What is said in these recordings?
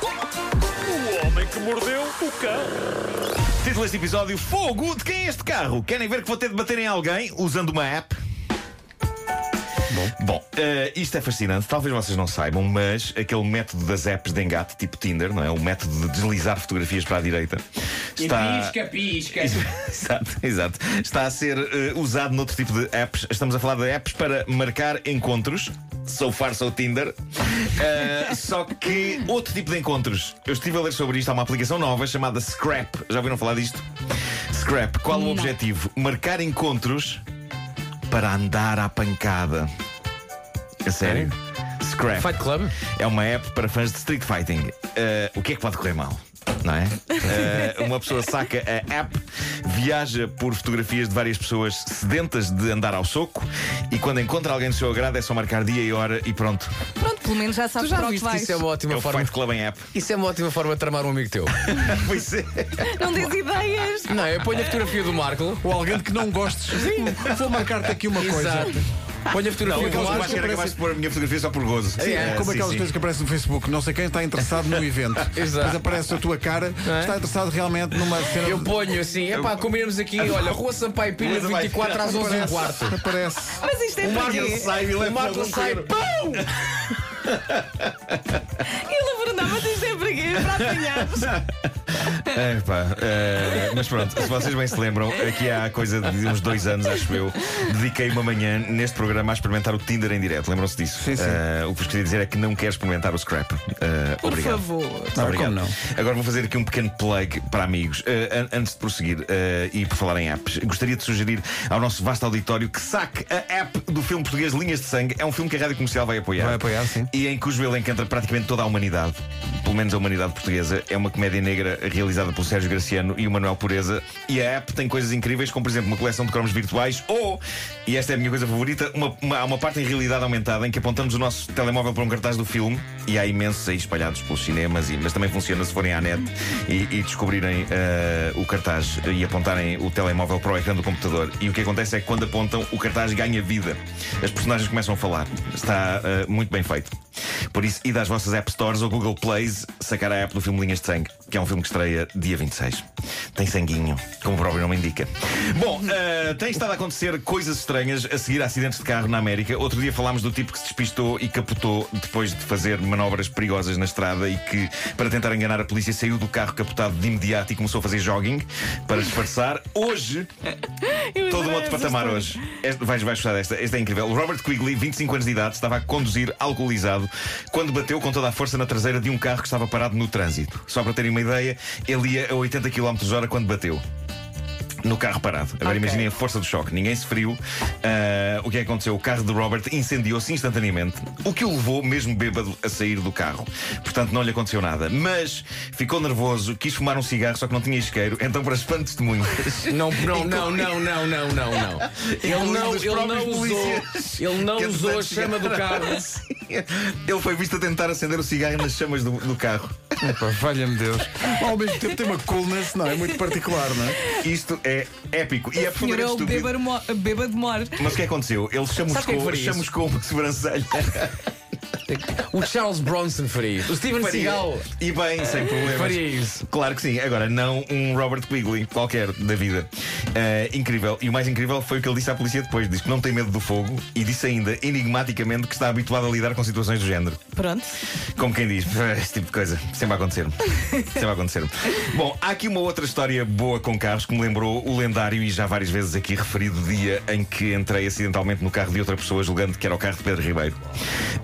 O homem que mordeu o cão. Título deste episódio: Fogo! De quem é este carro? Querem ver que vou ter de bater em alguém usando uma app? Bom, eh, isto é fascinante, talvez vocês não saibam, mas aquele método das apps de engate tipo Tinder, não é? O método de deslizar fotografias para a direita. Pisca, pisca. exato, exato. Está a ser eh, usado noutro tipo de apps. Estamos a falar de apps para marcar encontros. So far, so Tinder. Eh, só que outro tipo de encontros. Eu estive a ler sobre isto. Há uma aplicação nova chamada Scrap. Já ouviram falar disto? Scrap, qual o objetivo? Marcar encontros para andar à pancada. A sério? Scrap. Fight Club? É uma app para fãs de Street Fighting. Eh, o que é que pode correr mal? Não é? Eh, uma pessoa saca a app, viaja por fotografias de várias pessoas sedentas de andar ao soco e quando encontra alguém do seu agrado é só marcar dia e hora e pronto. Pronto, pelo menos já Tu sabes já para o que viste que vais. isso é uma É ótima o forma. Fight Club em app. Isso é uma ótima forma de tramar um amigo teu. Pois é. Não tens ideias. Não, eu ponho a fotografia do Marco. Ou alguém que não gostes. Sim. Vou marcar-te aqui uma coisa. Exato. Ponho a Não, fotografia eu do aquelas acho Marco. é que era capaz de pôr a minha fotografia só por gozo. Sim, Eh, é como sim, aquelas sim. coisas que aparecem no Facebook, não sei quem está interessado num evento. Exato. Mas aparece a tua cara, é? está interessado realmente numa cena. Eu de- ponho assim, epá, combinamos aqui, olha, Rua Sampaio Pina, Mas vai 24 ficar- às 11 e um aparece, quarto. Aparece. Mas isto é Um Marco porquê? sai e O leva Marco algum sai, cheiro. pão! Ele Bruno, mas isto é porquê? Para apanhares. Epá, eh, É, mas pronto, se vocês bem se lembram, aqui há coisa de uns dois anos, acho eu, dediquei uma manhã neste programa a experimentar o Tinder em direto. Lembram-se disso? Sim, sim. Eh, o que vos queria dizer é que não quero experimentar o Scrap. Eh, Por obrigado. favor. Ah, Obrigado. como não? Agora vou fazer aqui um pequeno plug para amigos. Eh, an- antes de prosseguir eh, e por falar em apps, gostaria de sugerir ao nosso vasto auditório que saque a app do filme português Linhas de Sangue. É um filme que a rádio comercial vai apoiar. Vai apoiar, sim. E em cujo elenco entra praticamente toda a humanidade. Pelo menos a humanidade portuguesa. É uma comédia negra realizada pelo Sérgio Graciano e o Manuel Pureza. E a app tem coisas incríveis, como por exemplo uma coleção de cromos virtuais ou, e esta é a minha coisa favorita, uma, uma- há uma parte em realidade aumentada em que apontamos o nosso telemóvel para um cartaz do filme e há imensos aí espalhados pelos cinemas, e- mas também funciona se forem à net e, e descobrirem eh, o cartaz e apontarem o telemóvel para o ecrã do computador. E o que acontece é que quando apontam, o cartaz ganha vida. As personagens começam a falar. Está eh, muito bem feito. Por isso, id às vossas App Stores ou Google Plays sacar a app do filme Linhas de Sangue, que é um filme que estreia dia 26. Tem sanguinho, como o próprio nome indica. Bom, eh, tem estado a acontecer coisas estranhas a seguir a acidentes de carro na América. Outro dia falámos do tipo que se despistou e capotou depois de fazer manobras perigosas na estrada e que, para tentar enganar a polícia, saiu do carro capotado de imediato e começou a fazer jogging para disfarçar. Hoje, Eu Todo um adorei outro essa patamar história. hoje. Este- vais, vais gostar desta. Esta é incrível. O Robert Quigley, 25 anos de idade, estava a conduzir alcoolizado quando bateu com toda a força na traseira de um carro que estava parado no trânsito. Só para terem uma ideia, ele ia a 80 km hora quando bateu. No carro parado. Agora Ok. imaginem a força do choque. Ninguém se feriu. Ah, o que é que aconteceu? O carro de Robert incendiou-se instantaneamente, o que o levou, mesmo bêbado, a sair do carro. Portanto, não lhe aconteceu nada. Mas ficou nervoso, quis fumar um cigarro, só que não tinha isqueiro. Então, para espanto de testemunhas, Não, não, não, não, não, não, não, não. Ele não, os ele é não um próprios usou, polícias. ele não Que é usou a antes de chama do chegar- carro. Ele foi visto a tentar acender o cigarro nas chamas do, do carro. Epá, valha-me Deus. Ao mesmo tempo tem uma coolness, não é? Muito particular, não é? Isto é épico e é Senhor, profundamente é o estúpido. bêbado mo- bêbado mor. Mas o que aconteceu? Ele Sabe quem é chamuscou, que faria isso? chamuscou uma sobrancelha. O Charles Bronson faria isso. O Steven Seagal E bem, sem problemas. faria isso. Claro que sim, agora não um Robert Quigley qualquer da vida. Ah, incrível. E o mais incrível foi o que ele disse à polícia depois. Diz que não tem medo do fogo e disse ainda, enigmaticamente, que está habituado a lidar com situações do género. Pronto. Como quem diz, esse tipo de coisa. Sempre a acontecer. Sempre a acontecer. Bom, há aqui uma outra história boa com carros que me lembrou o lendário e já várias vezes aqui referido dia em que entrei acidentalmente no carro de outra pessoa, julgando que era o carro de Pedro Ribeiro.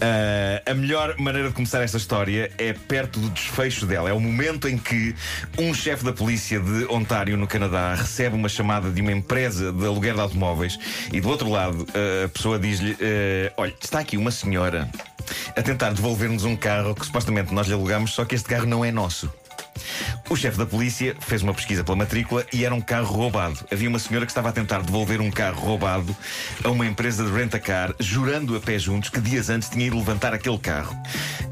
Ah, a melhor maneira de começar esta história é perto do desfecho dela. É o momento em que um chefe da polícia de Ontário, no Canadá, recebe uma chamada de uma empresa de aluguer de automóveis e do outro lado ah, a pessoa diz-lhe: ah, Olha, está aqui uma senhora a tentar devolver-nos um carro que supostamente nós lhe alugamos, só que este carro não é nosso. O chefe da polícia fez uma pesquisa pela matrícula e era um carro roubado. Havia uma senhora que estava a tentar devolver um carro roubado a uma empresa de rent-a-car, jurando a pé juntos que dias antes tinha ido levantar aquele carro.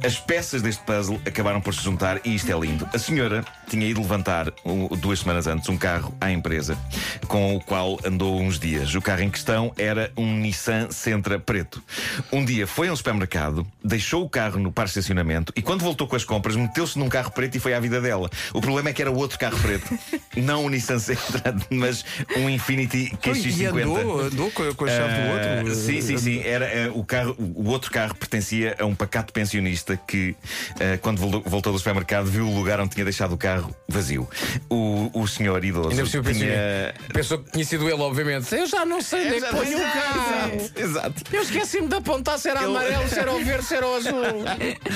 As peças deste puzzle acabaram por se juntar e isto é lindo. A senhora tinha ido levantar um- duas semanas antes um carro à empresa com o qual andou uns dias. O carro em questão era um Nissan Sentra preto. Um dia foi a um supermercado, deixou o carro no par de estacionamento e quando voltou com as compras meteu-se num carro preto e foi à vida dela. O problema é que era outro carro preto, não um Nissan Sentra, mas um Infinity e QX50. andou, andou com a, com a chave Ah, eh, do outro? Sim, sim, sim. Era, ah, o, carro, o outro carro pertencia a um pacato pensionista que, ah, quando voltou, voltou do supermercado, viu o lugar onde tinha deixado o carro vazio. O, o senhor idoso Ainda por cima tinha. Pensou que tinha sido ele, obviamente. Eu já não sei onde é que ponho o carro. Exato, Exato. Eu esqueci-me de apontar se era Ele- amarelo, se era o verde, se era o azul.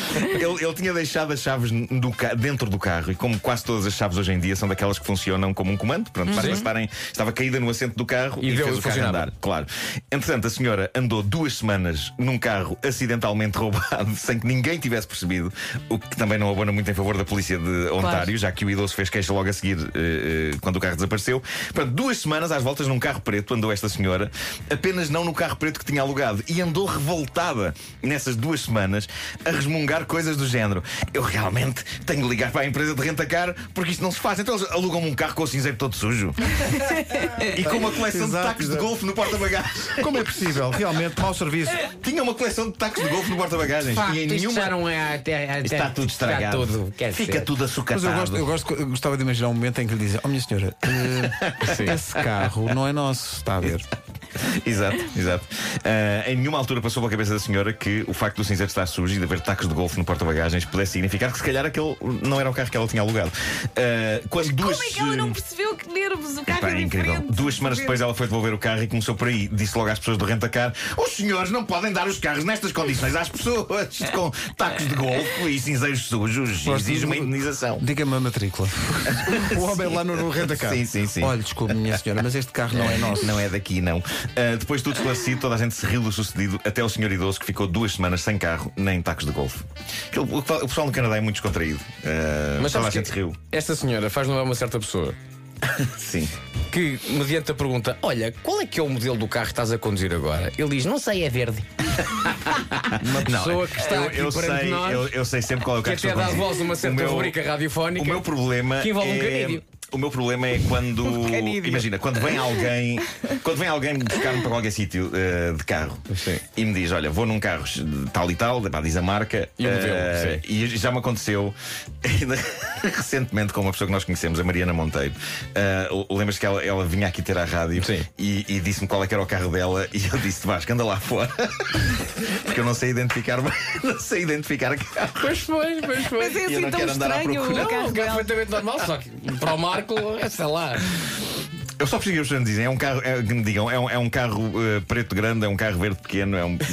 Ele, ele tinha deixado as chaves do ca- dentro do carro e, como quase todas as chaves hoje em dia, são daquelas que funcionam como um comando. Portanto, Uhum. basta estarem, estava caída no assento do carro E e, deu- fez o carro funcionava. andar. Claro. Entretanto, a senhora andou duas semanas num carro acidentalmente roubado, sem que ninguém tivesse percebido, o que também não abona muito em favor da polícia de Ontário, já que o idoso fez queixa logo a seguir eh, eh, quando o carro desapareceu. Portanto, duas semanas às voltas num carro preto andou esta senhora, apenas não no carro preto que tinha alugado, e andou revoltada nessas duas semanas a resmungar coisas do género. Eu realmente tenho de ligar para a empresa de renta-car porque isto não se faz. Então eles alugam-me um carro com o cinzeiro todo sujo e com uma coleção Exato, de tacos exato. de golfe no porta-bagagens. Como é possível? Realmente, mau serviço. Tinha uma coleção de tacos de golfe no porta-bagagens e em nenhuma. não é até, Está tudo estragado. tudo, quer Fica dizer. tudo Mas açucatado. eu, gosto, eu, gosto- eu gostava de imaginar um momento em que lhe dizem: Oh, minha senhora, eh, esse carro não é nosso, está a ver? Exato, exato. Ah, em nenhuma altura passou pela cabeça da senhora que o facto do cinzeiro estar sujo e de haver tacos de golfe no porta-bagagens pudesse significar que se calhar aquele não era o carro que ela tinha alugado. Ah, quando duas Como é que ela não percebeu que nervos o carro Pá, é eh, é incrível. diferente? Duas semanas depois ela foi devolver o carro e começou por aí. Disse logo às pessoas do rentacar: Os senhores não podem dar os carros nestas condições às pessoas com tacos de golfe e cinzeiros sujos. Gosto Exige do- uma indenização. Diga-me a matrícula. o homem lá no, no renta-car. Sim, sim, sim. Olha, desculpe, minha senhora, mas este carro não é nosso. Não é daqui, não. Ah, depois de tudo esclarecido, toda a gente se riu do sucedido, até o senhor idoso que ficou duas semanas sem carro, nem tacos de golfe. Aquilo- O, o pessoal no Canadá é muito descontraído. Ah, Mas toda sabes a gente se que riu. esta senhora faz lembrar uma certa pessoa Sim. que, mediante a pergunta, olha, qual é que é o modelo do carro que estás a conduzir agora? Ele diz, não sei, é verde. uma pessoa que está eu, aqui eu perante sei, nós, eu, eu sei sempre qual é o que carro que até estou a dá conduzir. voz a uma certa O meu- rubrica radiofónica. O meu problema que envolve um é... canídeo. o meu problema é quando. Imagina, quando vem alguém. quando vem alguém buscar-me para qualquer sítio eh, de carro Sim. e me diz: Olha, vou num carro tal e tal, pá, diz a marca. E o modelo, eh, e já me aconteceu ainda recentemente com uma pessoa que nós conhecemos, a Mariana Monteiro. Eh, Lembras que ela, ela vinha aqui ter à rádio Sim. e, e disse-me qual é que era o carro dela e eu disse: Vasco, anda lá fora. Porque eu não sei identificar, não sei identificar carro. Pois foi, pois foi. Mas é Eu assim não tão quero andar à estranho procura. o Não, carro um carro dela. perfeitamente normal, só que para o Marco, é, sei lá. Eu só preciso que as pessoas me dizem, é um carro, é, que me digam, é um, é um carro eh, preto grande, é um carro verde pequeno, é um.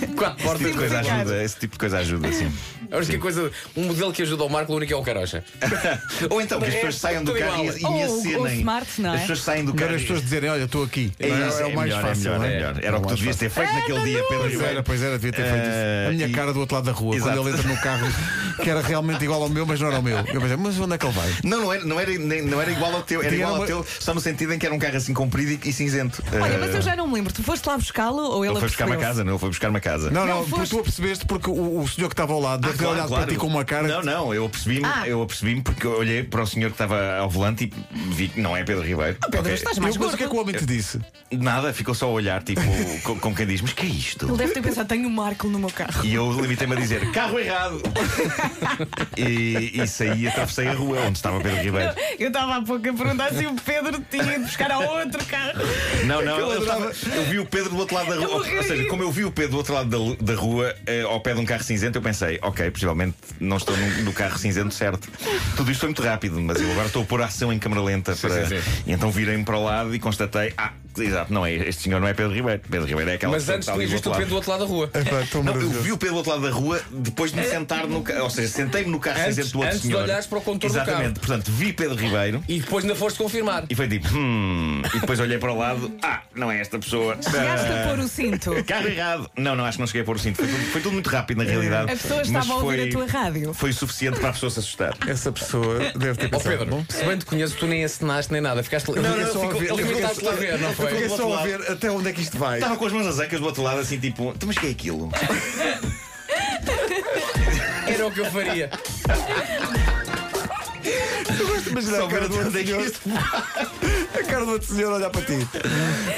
Esse Quatro portas. tipo de coisa Simplificado. ajuda, esse tipo de coisa ajuda, sim. A única coisa, um modelo que ajuda o Marco, o único é o Carocha. Ou então que as É, pessoas saiam do tudo carro igual. e, e me Ou- ou acenem. smart, não é? As pessoas saem do Melhor carro. as e- pessoas dizerem, olha, estou aqui. É, Não, isso, é é o mais melhor, é fácil, melhor, não é melhor. Era o que tu mais devias fácil. ter feito naquele dia, Pedro Pois era, Ribeiro. pois era, devia ter feito isso. A é. Eh, minha e- cara do outro lado da rua, Exato. quando ele entra no carro, que era realmente igual ao meu, mas não era o meu. Eu pensei, mas onde é que ele vai? Não, não era, não, era, nem- não era igual ao teu, era Tinha igual uma- ao teu, só no sentido em que era um carro assim comprido e, e cinzento. Olha, Eh, mas eu já um não me lembro. Tu foste lá buscá-lo ou ele ele foi buscar uma apercebeu-se? casa, não? Ele foi buscar uma casa. Não, não, Não, foste- tu apercebeste porque o, o senhor que estava ao lado deve ter olhado para ti com uma cara. Ah, Não, não, eu apercebi-me Ah. eu apercebi porque eu olhei para o senhor que estava ao volante e vi que não é Pedro Ribeiro. Ok. Estás Eu, mais mas o que é gordo. que o homem te disse? Nada, ficou só a olhar, tipo, com, com quem diz, mas que é Ele isto? deve ter pensado, tenho o Marco no meu carro. E eu limitei-me a dizer, carro errado! e, e saí e atravessei a rua onde estava Pedro Ribeiro. Eu estava há pouco a perguntar se o Pedro tinha ido buscar a outro carro. Não, não, Eu eu, É estava- eu vi o Pedro do outro lado da rua. Eu Ou, morri. ou seja, como eu vi o Pedro do outro lado da, lu- da rua, eh, ao pé de um carro cinzento, eu pensei, ok, possivelmente não estou no, no carro cinzento certo. Tudo isto foi muito rápido, mas eu agora estou a pôr a ação em câmara lenta para. sim, sim. E então virei-me para o lado e constatei, ah, exato, não é, este senhor não é Pedro Ribeiro. Pedro Ribeiro é aquela Mas pessoa antes que está ali tinha do visto o outro Pedro lado. do outro lado da rua. Epá, tão Não, eu maravilhoso. vi o Pedro do outro lado da rua depois de me sentar no carro. Ou seja, sentei-me no carro É. Antes- cinzento do outro antes de senhor. olhares para o contorno do carro. Exatamente. Portanto, vi Pedro Ribeiro E depois ainda foste confirmar. e foi tipo, hum. E depois olhei para o lado, ah, não é esta pessoa. Chegaste É. a pôr o cinto. Carro errado. Não, não, acho que não cheguei a pôr o cinto. Foi tudo, foi tudo muito rápido, na realidade. A pessoa Mas estava a ouvir foi- a tua rádio. Foi o suficiente para a pessoa se assustar. Essa pessoa deve ter Ó pensado. Pedro, se bem te conheço, tu nem acenaste nem nada. Ficaste não, ele ficou- ficou- ele ele ficou- ficou-te a ver, não Eu fiquei foi? só a ver até onde é que isto vai. Estava com as mãos azacas do outro lado, assim, tipo, "Então, mas que é aquilo? Era o que eu faria. Mas Só a ver cara do até outro onde é que senhor, isto a cara do outro senhor olhar para ti.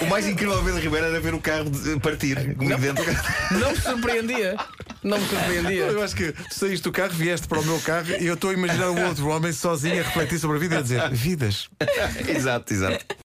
O mais incrível da Vila Ribeiro era ver o carro de- partir comigo dentro. Não me surpreendia. Não me surpreendia. Eu acho que tu saíste do carro, vieste para o meu carro e eu estou a imaginar um outro homem sozinho a refletir sobre a vida e a dizer: Vidas, exato, exato.